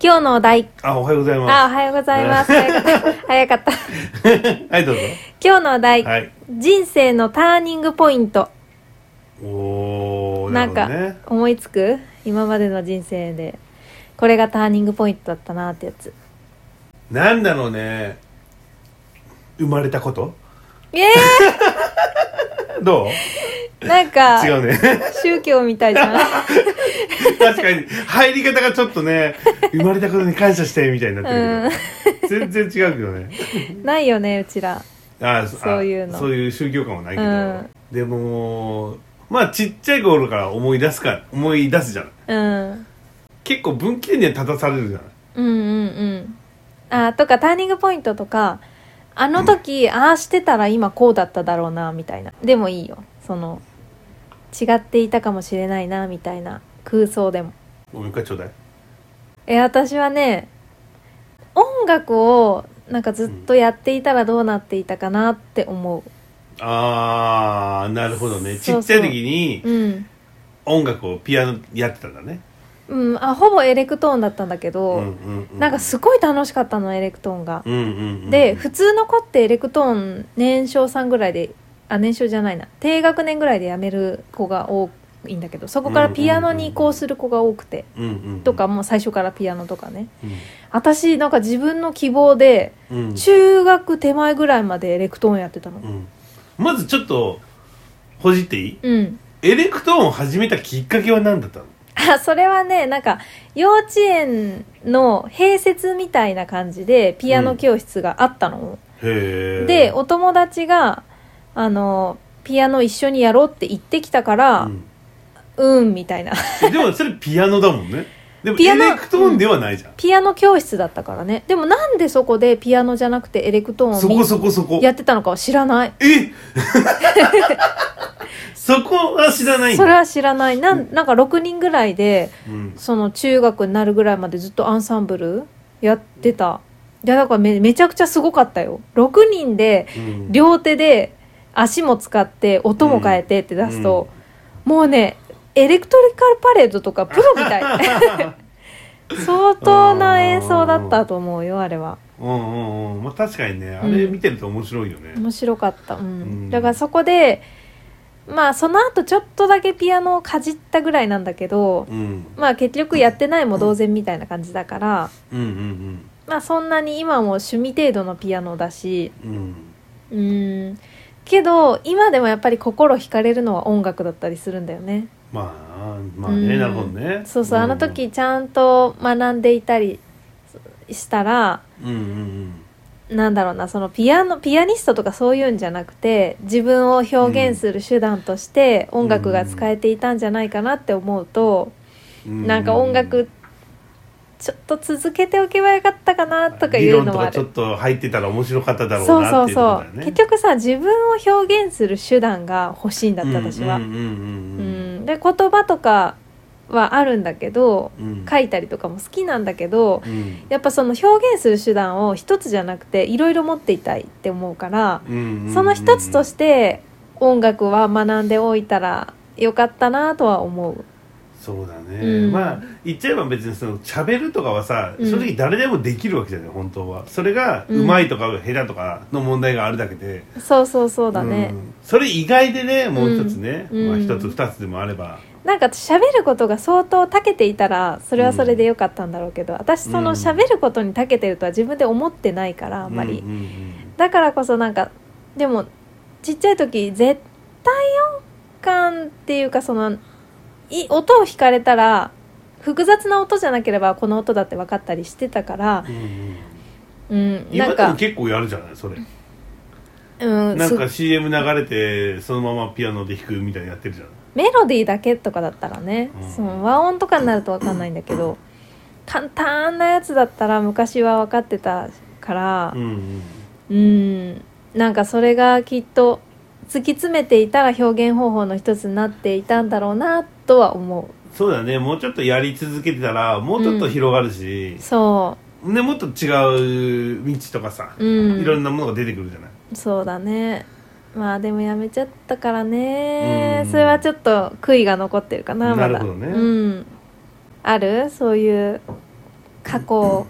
今日のお題。あ、おはようございあ、おまはようございます。早かった。早かった。 す。 はい、どうぞ。今日のお題、はい。人生のターニングポイント。おー、ななんるほどかね。、思いつく今までの人生で。これがターニングポイントだったなってやつ。なんだろうね。生まれたことえどうー、なんか、違うね。 宗教みたいじゃん。確かに、入り方がちょっとね、生まれたことに感謝して、みたいになってるけど。全然違うけどね。 ないよね、うちら。ああそういうのそういう宗教感はないけど、うんでもまあちっちゃい頃から思い出すか思い出すじゃないうん。結構分岐点には立たされるじゃないうんうんうんあとかターニングポイントとかあの時、ああしてたら今こうだっただろうなみたいなでもいいよその違っていたかもしれないなみたいな空想でももう一回ちょうだいえ私はね音楽をなんかずっとやっていたらどうなっていたかなって思あーなるほどねそうそうちっちゃい時にううん、音楽をピアノやってたんだねうん、あほぼエレクトーンだったんだけど、うんうんうんなんかすごい楽しかったのエレクトーンが、うんうんうんで普通の子ってエレクトーン年少さんぐらいであ年少じゃないな低学年ぐらいで辞める子が多いんだけどそこからピアノに移行する子が多くてうんうんうんとかもう最初からピアノとかねうん私なんか自分の希望でうん中学手前ぐらいまでエレクトーンやってたのうんまずちょっとほじっていいうんエレクトーンを始めたきっかけは何だったの あそれはねなんか幼稚園の併設みたいな感じでピアノ教室があったの、へえでお友達があのピアノ一緒にやろうって言ってきたからうんうん、みたいな でもそれピアノだもんねでもピアエノレクトーンではないじゃん、ピアノ教室だったからねでもなんでそこでピアノじゃなくてエレクトーンをそこそこそこやってたのかは知らない えそこは知らないんそだれは知らないなんなんか6人ぐらいでうん、その中学になるぐらいまでずっとアンサンブルやってたいやだからめめちゃくちゃすごかったよ6人でうん両手で足も使って音も変えてって出すと、もうねエレクトリカルパレードとかプロみ たい相当な演奏だったと思うよあれはうんうんうんまあ確かにねあれ見てると面白いよね、面白かった、うんうんだからそこでまあその後ちょっとだけピアノをかじったぐらいなんだけどうん、うんまあ結局やってないも同然みたいな感じだから、うんうんまあそんなに今も趣味程度のピアノだしうんうんけど今でもやっぱり心惹かれるのは音楽だったりするんだよねまあまあね、うんなるほどねそうそうあんの時ちゃんと学んでいたりしたらうんうんなんだろうなそのピアノピアニストとかそういうんじゃなくて自分を表現する手段として音楽が使えていたんじゃないかなって思うと、うんなんか音楽ちょっと続けておけばよかったかなとかい理う論のとはあかるちょっと入ってたら面白かっただろうそうなそっうていうことそだよう、ね結局さ自分を表現する手段が欲しいんだった私は、うんうんううんん、で言葉とかはあるんだけどうんうん書いたりとかも好きなんだけどうんやっぱその表現する手段を一つじゃなくていろいろ持っていたいって思うからうんうんうんその一つとして音楽は学んでおいたらよかったなとは思う。そうだね、うんまあ言っちゃえば別にその喋るとかはさ、うん正直誰でもできるわけじゃない本当はそれがうんうまいとか下手とかの問題があるだけで、そうそうそうだね、うんそれ以外でねもう一つね、うんまあ、うん一つ二つでもあれば、なんか喋ることが相当長けていたらそれはそれでよかったんだろうけど、私その喋ることに長けてるとは自分で思ってないからあんまり、うんうんうんだからこそなんかでもちっちゃい時絶対音感っていうかそのい音を弾かれたら複雑な音じゃなければこの音だって分かったりしてたから、うんうんうん、な今んでもか、結構やるじゃないそれうん、なんすか CM 流れてそのままピアノで弾くみたいにやってるじゃないメロディーだけとかだったらね、うんその和音とかになると分かんないんだけど簡単なやつだったら昔は分かってたから、うんうんうんなんかそれがきっと突き詰めていたら表現方法の一つになっていたんだろうなとは思そうだねもうちょっとやり続けてたらもうちょっと広がるしう、そね、もっと違う道とかさ、ううんいろんなものが出てくるじゃないそうだねまあでもやめちゃったからねうんそれはちょっと悔いが残ってるかなまだなるほどねうんあるそういう過去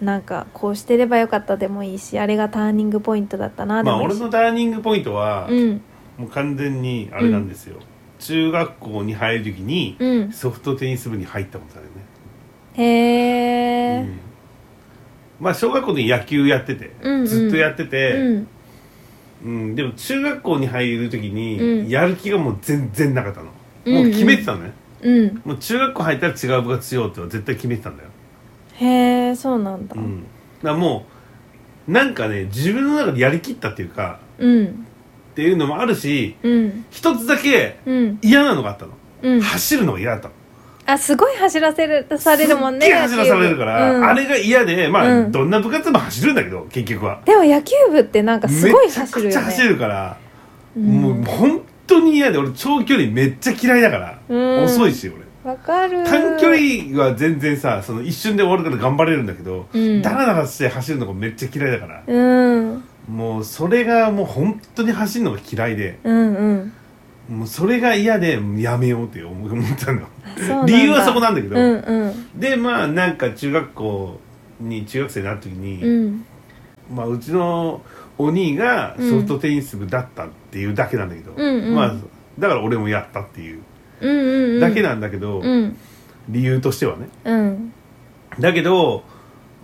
なんかこうしてればよかったでもいいしあれがターニングポイントだったなでまあもいい俺し、のターニングポイントは、うんもう完全にあれなんですよ、中学校に入る時に、うんソフトテニス部に入ったことあるね、へえ、うんまあ小学校で野球やってて、うんうんずっとやってて、うんうん、でも中学校に入る時に、うんやる気がもう全然なかったのもううんうん決めてたのね、うんもう中学校入ったら違う部活しようってのは絶対決めてたんだよ、へえそうなんだう、ん、だからもうなんかね自分の中でやりきったっていうかうんっていうのもあるしうん一つだけうん嫌なのがあったの、うん走るのが嫌だったのあすごい走らせるされるもんねすっげえ走らされるか野ら、球部うんあれが嫌でまあ、うんどんな部活でも走るんだけど結局はでも野球部ってなんかすごい走るめちよねゃくちゃ走るから、うんもう本当に嫌で俺長距離めっちゃ嫌いだから、うん遅いし俺わかる短距離は全然さその一瞬で終わるから頑張れるんだけど、うんダラダラして走るのがめっちゃ嫌いだから、うんもうそれがもう本当に走るのが嫌いでうんうんもうそれが嫌でやめようって思思ったのあそうなんだ理由はそこなんだけど、うんうんでまあなんか中学校に中学生になった時に、うんまあ、うちのお兄がソフトテニス部だったっていうだけなんだけど、うんうんまあ、だから俺もやったっていううんうんうんだけなんだけど、うん理由としてはねうんだけど、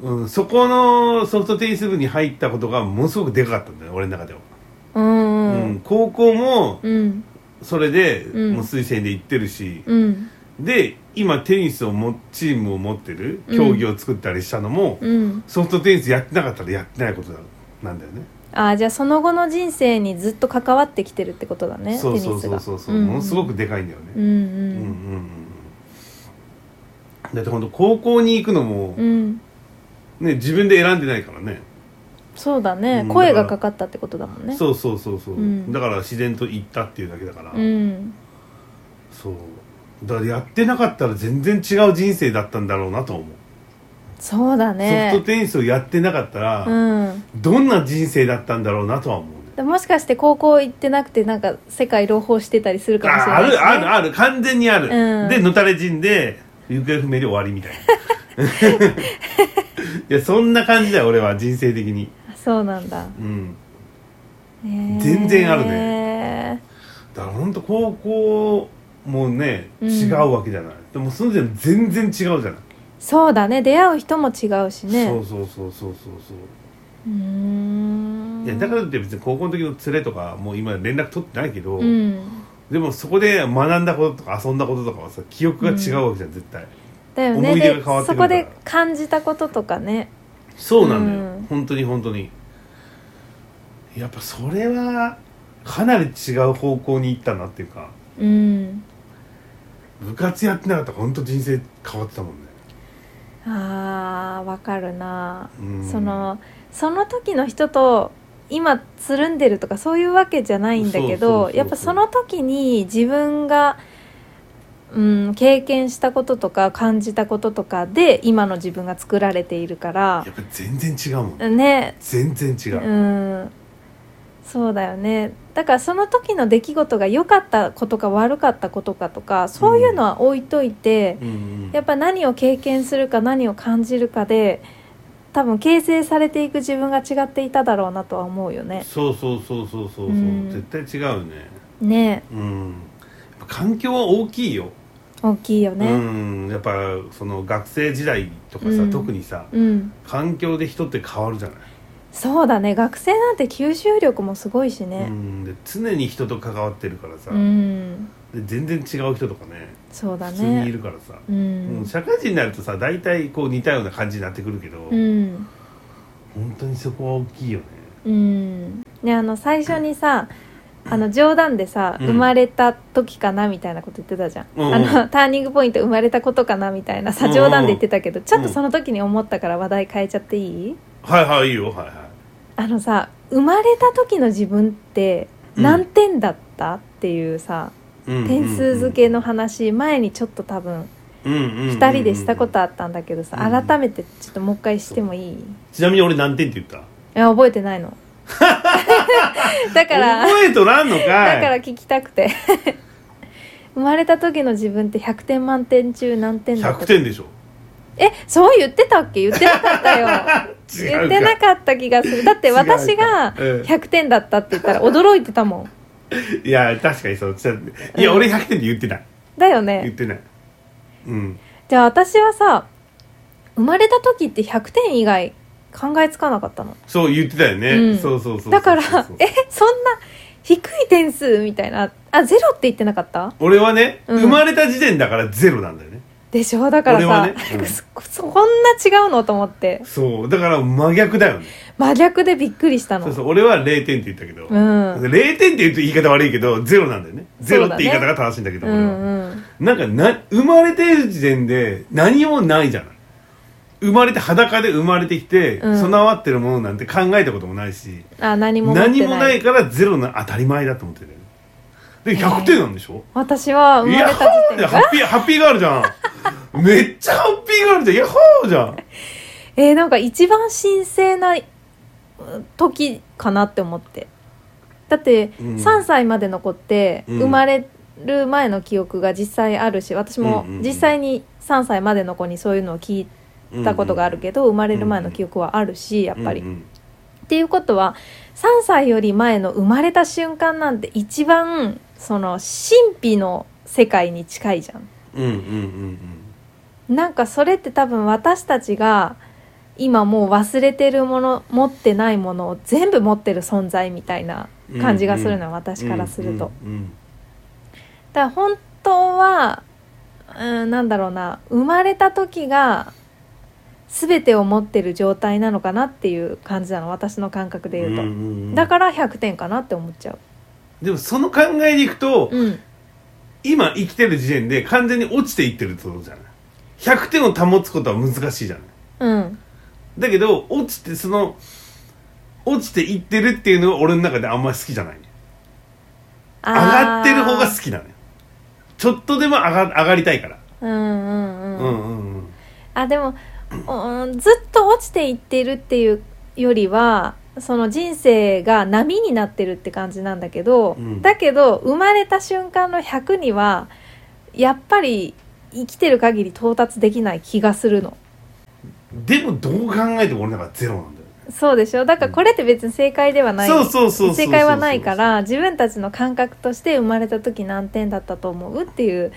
うん、そこのソフトテニス部に入ったことがものすごくでかかったんだよ俺の中では、うんううんん高校もうんそれで、うんもう推薦で行ってるし、うんで今テニスをもチームを持ってる競技を作ったりしたのも、うんソフトテニスやってなかったらやってないことだなんだよねあじゃあその後の人生にずっと関わってきてるってことだねそうそうそうそうそう、ものすごくくでかいんだよね、うんうんうんううんんだって本当高校に行くのも、うんね自分で選んでないからねそうだうねん声だがからかかったってことだもんねそうそうそうそう、うんだから自然と行ったっていうだけだから、うんそうだからやってなかったら全然違う人生だったんだろうなと思う、そうだねソフトテニスをやってなかったら、うんどんな人生だったんだろうなとは思うねでもしかして高校行ってなくてなんか世界朗報してたりするかもしれあなあいし、ね、るあるある完全にある、うんでのたれ人で行方不明で終わりみ たいないやそんな感じだよ俺は人生的にそうなんだ、うんねえ全然あるだからほんと高校もねうん違うわけじゃない、でもその時は全然違うじゃない、そうだね出会う人も違うしねそううそうそうそうそうそうーんいやだからって別に高校の時の連れとかもう今連絡取ってないけど、うんでもそこで学んだこととか遊んだこととかはさ記憶が違うわけじゃん、絶対だよ思ねい出がで変わっそてくるかこらで感じたこととかねそうなんだよ、うん本当に本当にやっぱそれはかなり違う方向に行ったなっていうかうん部活やってなかったら本当人生変わってたもんねあーわかるな、うんそのその時の人と今つるんでるとかそういうわけじゃないんだけそうそうそどうそうやっぱその時に自分が、うん、経験したこととか感じたこととかで今の自分が作られているからやっぱ全然違うもん、ね、ね全然違うう、んそうだよねだからその時の出来事が良かったことか悪かったことかとかそういうのは置いといて、うんうんやっぱ何を経験するか何を感じるかで多分形成されていく自分が違っていただろうなとは思うよね。そうそうそうそうそうそう、うん絶対違うねねうんやっぱ環境は大きいよ、大きいようね。んやっぱその学生時代とかさ、うん特にさうん、環境で人って変わるじゃない、そうだね学生なんて吸収力もすごいしうね。んで常に人と関わってるからさ、うん、で全然違う人とかねそうだ普通にいね。るからさ、ううんん、社会人になるとさ大体こう似たような感じになってくるけど、うん、本当にそこは大きいよねうん。ねあの最初にさあの冗談でさ、うん生まれた時かなみたいなこと言ってたじゃん、うんうんあのターニングポイント生まれたことかなみたいなうんさうん冗談で言ってたけど、ちょっとその時に思ったから話題変えちゃっていいはいはいいいよはいはいあのさ生まれた時の自分ってうん何点だった、っていうさうんうんうん点数付けの話、前にちょっと多分2 2人でしたことあったんだけどさ、うん改めてちょっともう一回してもいいいちなみに俺何点って言ったや覚えてない のだからだ覚えとらんのかいから聞きたくて生まれた時の自分って100点満点中何点だった100点でしょえそう言ってたっけ言ってなかったよ 違言うってなかった気がするだって私が違うか100点だったって言ったら驚いてたもんいや確かにそうちょっといや、俺100点で言ってないだよ言っねてないうんじゃあ私はさ生まれた時って100点以外考えつかなかったのそう言ってたよね、うんそうそうそうそうだからそうそうえそんな低い点数みたいなあゼロって言ってなかった 俺はね、うん生まれた時点だからゼロなんだよねでしょだから俺はさ、ねうんそ そこんな違うのと思ってそうだから真逆だよね真逆でびっくりしたのそうそう俺は0点って言ったけど、うん0点って言うと言い方悪いけどゼロなんだよねゼロって言い方が正しいんだけどう俺はんうんなんかな生まれてる時点で何もないじゃない生まれて裸で生まれてきて、うん備わってるものなんて考えたこともないしあ何も持ってない何もないからゼロの当たり前だと思ってるよねで100点なんでしょ、私は生いまやれヤッた時ホー点ででハッピーハッピーガールじゃんめっちゃハッピーガールじゃんヤッホーじゃんえー、なんか一番神聖なうん時かなって思ってだってうん3歳までの子ってうん生まれる前の記憶が実際あるし私もうんうんうん実際に3歳までの子にそういうのを聞いたことがあるけど生まれる前の記憶はあるしやっぱり。うんうんっていうことは3歳より前の生まれた瞬間なんて一番その神秘の世界に近いじゃん。うんうんうんなんかそれって多分私たちが今もう忘れてるもの持ってないものを全部持ってる存在みたいなうん感じがするの、うんうん私からすると。うんうんうんだから本当はうんなんだろうな生まれた時が全てを持ってる状態なのかなっていう感じなの私の感覚で言うと、んんんだから100点かなって思っちゃう。でもその考えでいくと、うん、今生きてる時点で完全に落ちていってるってことじゃない100点を保つことは難しいじゃないうんだけど落ちてその落ちていってるっていうのは俺の中であんまり好きじゃないね上がってる方が好きなのよちょっとでも上が上がりたいから、うんうんうん、うん、うんうんあでも、うん、ずっと落ちていってるっていうよりはその人生が波になってるって感じなんだけど、うんだけど生まれた瞬間の100にはやっぱり生きてる限り到達できない気がするのでもどう考えても俺の中でゼロなんだよそうでしょだからこれって別に正解ではない、そうそうそうそうそう正解はないから自分たちの感覚として生まれた時何点だったと思うっていう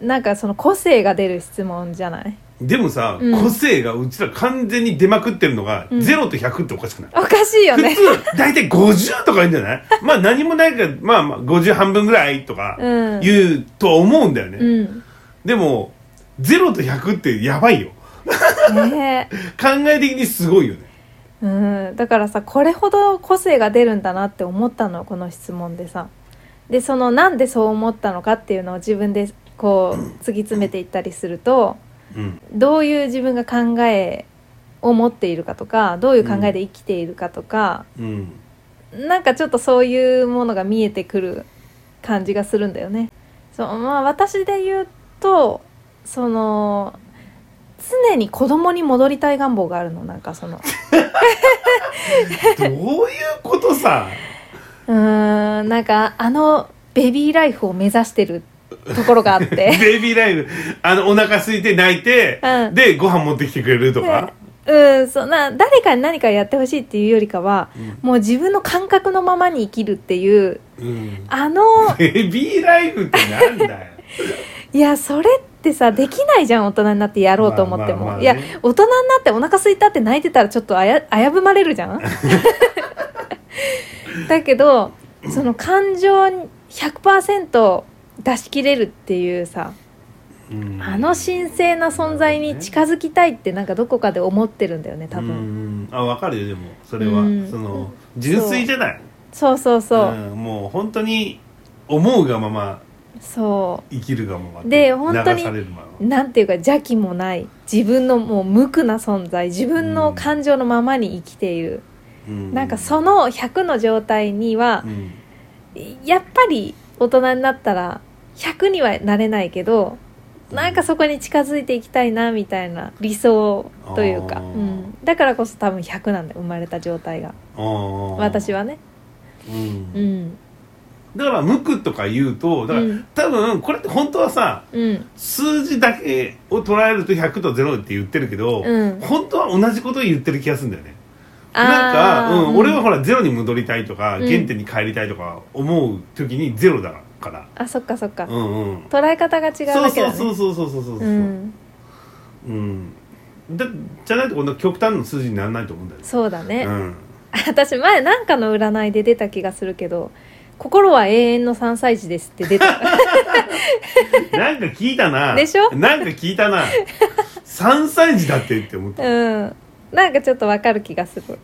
なんかその個性が出る質問じゃないでもさ、うん個性がうちら完全に出まくってるのが、うんゼロと100っておかしくないおかしいよ ね普通大体50とかいいんじゃ ないまあ何もないからまあまあ50半分ぐらいとかうん言うとは思うんだよね、うんでも0と100ってやばいよねえ考え的にすごいよねうん、だからさこれほど個性が出るんだなって思ったのこの質問でさでそのなんでそう思ったのかっていうのを自分でこう突き詰めていったりするとうんどういう自分が考えを持っているかとかどういう考えで生きているかとか、うんなんかちょっとそういうものが見えてくる感じがするんだよね。そうまあ、私で言うとその常に子供に戻りたい願望があるのなんかそのどういうことさうーんなんかあのベビーライフを目指してるところがあって ベイビーライブあのお腹空いて泣いて、うんでご飯持ってきてくれるとか、 うんそんな誰かに何かやってほしいっていうよりかはもう自分の感覚のままに生きるっていううんあ のベイビーライブってなんだよいやそれってさできないじゃん大人になってやろうと思っても、まあまあまあねいや大人になってお腹空いたって泣いてたらちょっとあや危ぶまれるじゃん だけどその感情100%出し切れるっていうさうんあの神聖な存在に近づきたいってなんかどこかで思ってるんだよね多う分、んあ分かるよでもそれは、うんその純粋じゃないそうそうそう、ん、もう本当に思うがままそ生きるがままで本当に流されるまうなんていうか邪気もない自分のもう無垢な存在自分の感情のままに生きている、ま、うなんかその100の状態にはう、んやっぱり大人になったら100にはなれないけどなんかそこに近づいていきたいなみたいな理想というか、あーうん、だからこそ多分100なんだよ生まれた状態があー私はねうんうんだから無垢とか言うとだから、うん多分これって本当はさうん数字だけを捉えると100と0って言ってるけど、うん本当は同じことを言ってる気がするんだよねあーなんか、うんうん俺はほらゼロに戻りたいとか、うん原点に帰りたいとか思う時にゼロだからあそっかそっか、うんうん捉え方が違うそうだけそだうねそうそうそうそうそううんうんだじゃないとこんな極端な数字にならないと思うんだよねそうだね、うん 私前なんかの占いで出た気がするけど「心は永遠の3歳児です」って出 たなんか聞いたな でしょなんか聞いたな3歳児だってって思った、うんなんかちょっとわかる気がするうん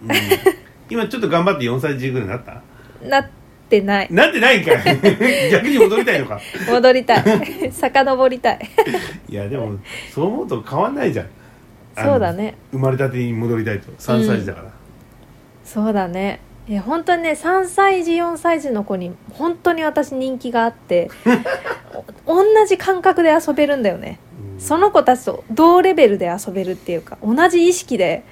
今ちょっと頑張って4歳児ぐらいになったなってないなってないんか い逆に戻りたいのか戻りた い遡りたいいやでもそう思うと変わんないじゃんあのそうだね生まれたてに戻りたいと3歳児だから、そうだねいや本当にね3歳児4歳児の子に本当に私人気があって お同じ感覚で遊べるんだよねうんその子たちと同レベルで遊べるっていうか同じ意識で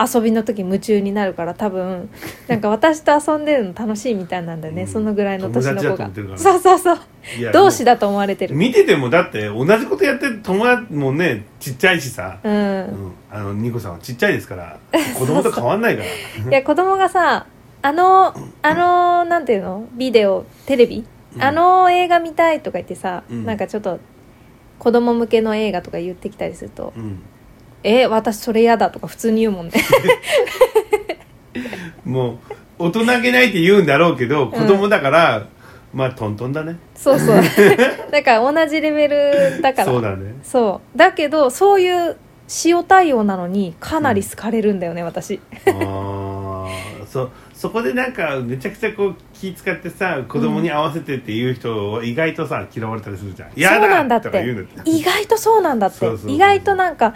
遊びの時夢中になるから多分なんか私と遊んでるの楽しいみたいなんだよね、うんそのぐらいの年の子友達だと思がってるからねそうそうそういや同志だと思われてる見ててもだって同じことやってる友達もねちっちゃいしさ、ううんん、あのニコさんはちっちゃいですから子供と変わんないからいや子供がさあのあのなんていうのビデオテレビ、うんあの映画見たいとか言ってさ、うんなんかちょっと子供向けの映画とか言ってきたりするとうん「え私それ嫌だ」とか普通に言うもん ねもう大人げないって言うんだろうけど子供だから、まあトントンだねそうそう だから同じレベルだからそうだねそうだけどそういう塩対応なのにかなり好かれるんだよね、私あーそそこでなんかめちゃくちゃこう気使ってさ子供に合わせてっていう人は意外とさ嫌われたりするじゃん「やそうなんだだ!」っとか言うてんだって意外とそうなんだってそうそうそう意外となんか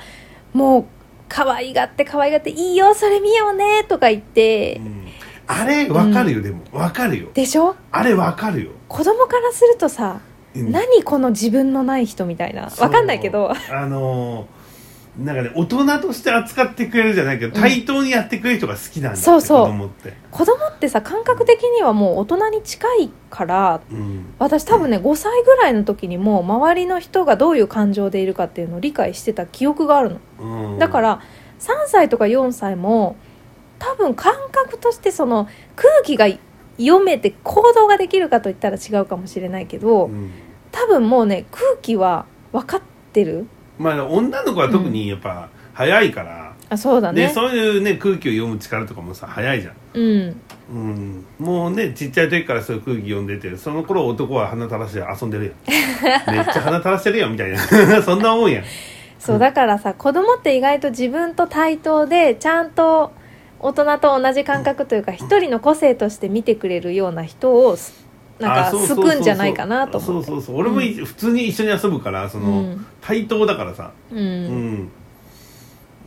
もう可愛がって可愛がって「いいよそれ見ようね」とか言って、うんあれわかるよ、でもわかるよでしょあれわかるよ、子供からするとさ、うん何この自分のない人みたいなそうわかんないけどあのーなんかね大人として扱ってくれるじゃないけど、うん対等にやってくれる人が好きなんだってそうそう子供って、子供ってさ感覚的にはもう大人に近いからうん、私多分ね5歳ぐらいの時にもう周りの人がどういう感情でいるかっていうのを理解してた記憶があるの。うんだから3歳とか4歳も多分感覚としてその空気が読めて行動ができるかといったら違うかもしれないけどうん多分もうね空気は分かってるまあ女の子は特にやっぱ早いから、あそうだでねそういうね空気を読む力とかもさ早いじゃんうんうん、もうねちっちゃい時からそういう空気読んでてその頃男は鼻垂らして遊んでるよ めっちゃ鼻垂らしてるよみたいな そんな思うやんそうだからさ子供って意外と自分と対等でちゃんと大人と同じ感覚というか一人の個性として見てくれるような人をすなあんかそうすそうそうくんじゃないかなと思ってそうそうそう俺もい、普通に一緒に遊ぶからその、うん対等だからさううん、ん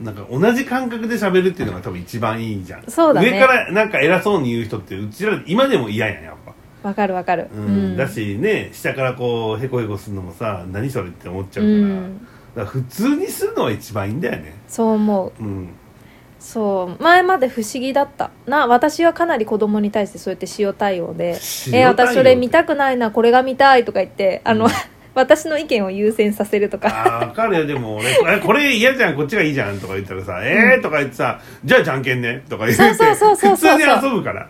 なんか同じ感覚で喋るっていうのが多分一番いいじゃんそうだね上からなんか偉そうに言う人ってうちら今でも嫌やんやっぱ、わかるわかるうんうんだしね下からこうへこへこするのもさ何それって思っちゃううから,、んだから普通にするのは一番いいんだよねそう思ううん そう前まで不思議だったな私はかなり子供に対してそうやって塩対応で「え私それ見たくないなこれが見たい」とか言ってあの、うん 私の意見を優先させるとかあーわかるよでも俺 これこれ嫌じゃんこっちがいいじゃんとか言ったらさ「えー」とか言ってさ「じゃあじゃんけんね」とか言ってそうそうそうそうそう普通に遊ぶかだらか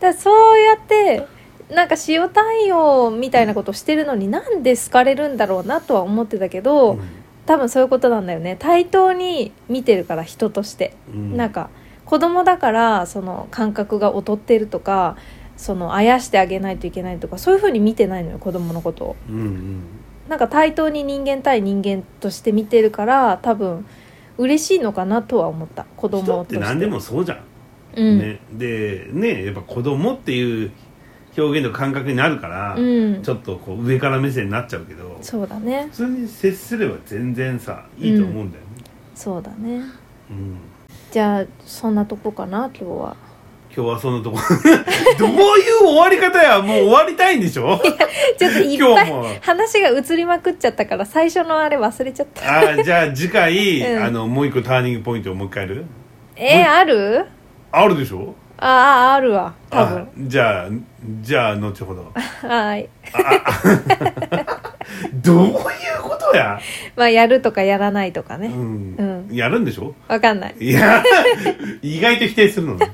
らそうやってなんか塩対応みたいなことしてるのになんで好かれるんだろうなとは思ってたけど、多分そういうことなんだよね対等に見てるから人として、うんなんか子供だからその感覚が劣ってるとかそのあやしてあげないといけないとかそういうふうに見てないのよ子供のことをうんうんなんか対等に人間対人間として見てるから多分嬉しいのかなとは思った子供人とっしてて何でもそうじゃん、うん、ね、でねやっぱ子供っていう表現の感覚になるから、うんちょっとこう上から目線になっちゃうけど普そうだね通に接すれば全然さいいと思うんだよね、そうだねうんじゃあそんなとこかな今日は 今日はそのとこ どういう終わり方やもう終わりたいんでしょちょっといっ今ぱ日もい話が移りまくっちゃったから最初のあれ忘れちゃったあーじゃあ次回、うんあのもう一個ターニングポイントをもう一回やるえー、あるあるでしょあああるわ多あ分じゃあじゃあ後ほどはいどういうことや、まあやるとかやらないとかうねんうんやるんでしょわかんないいや意外と否定するのね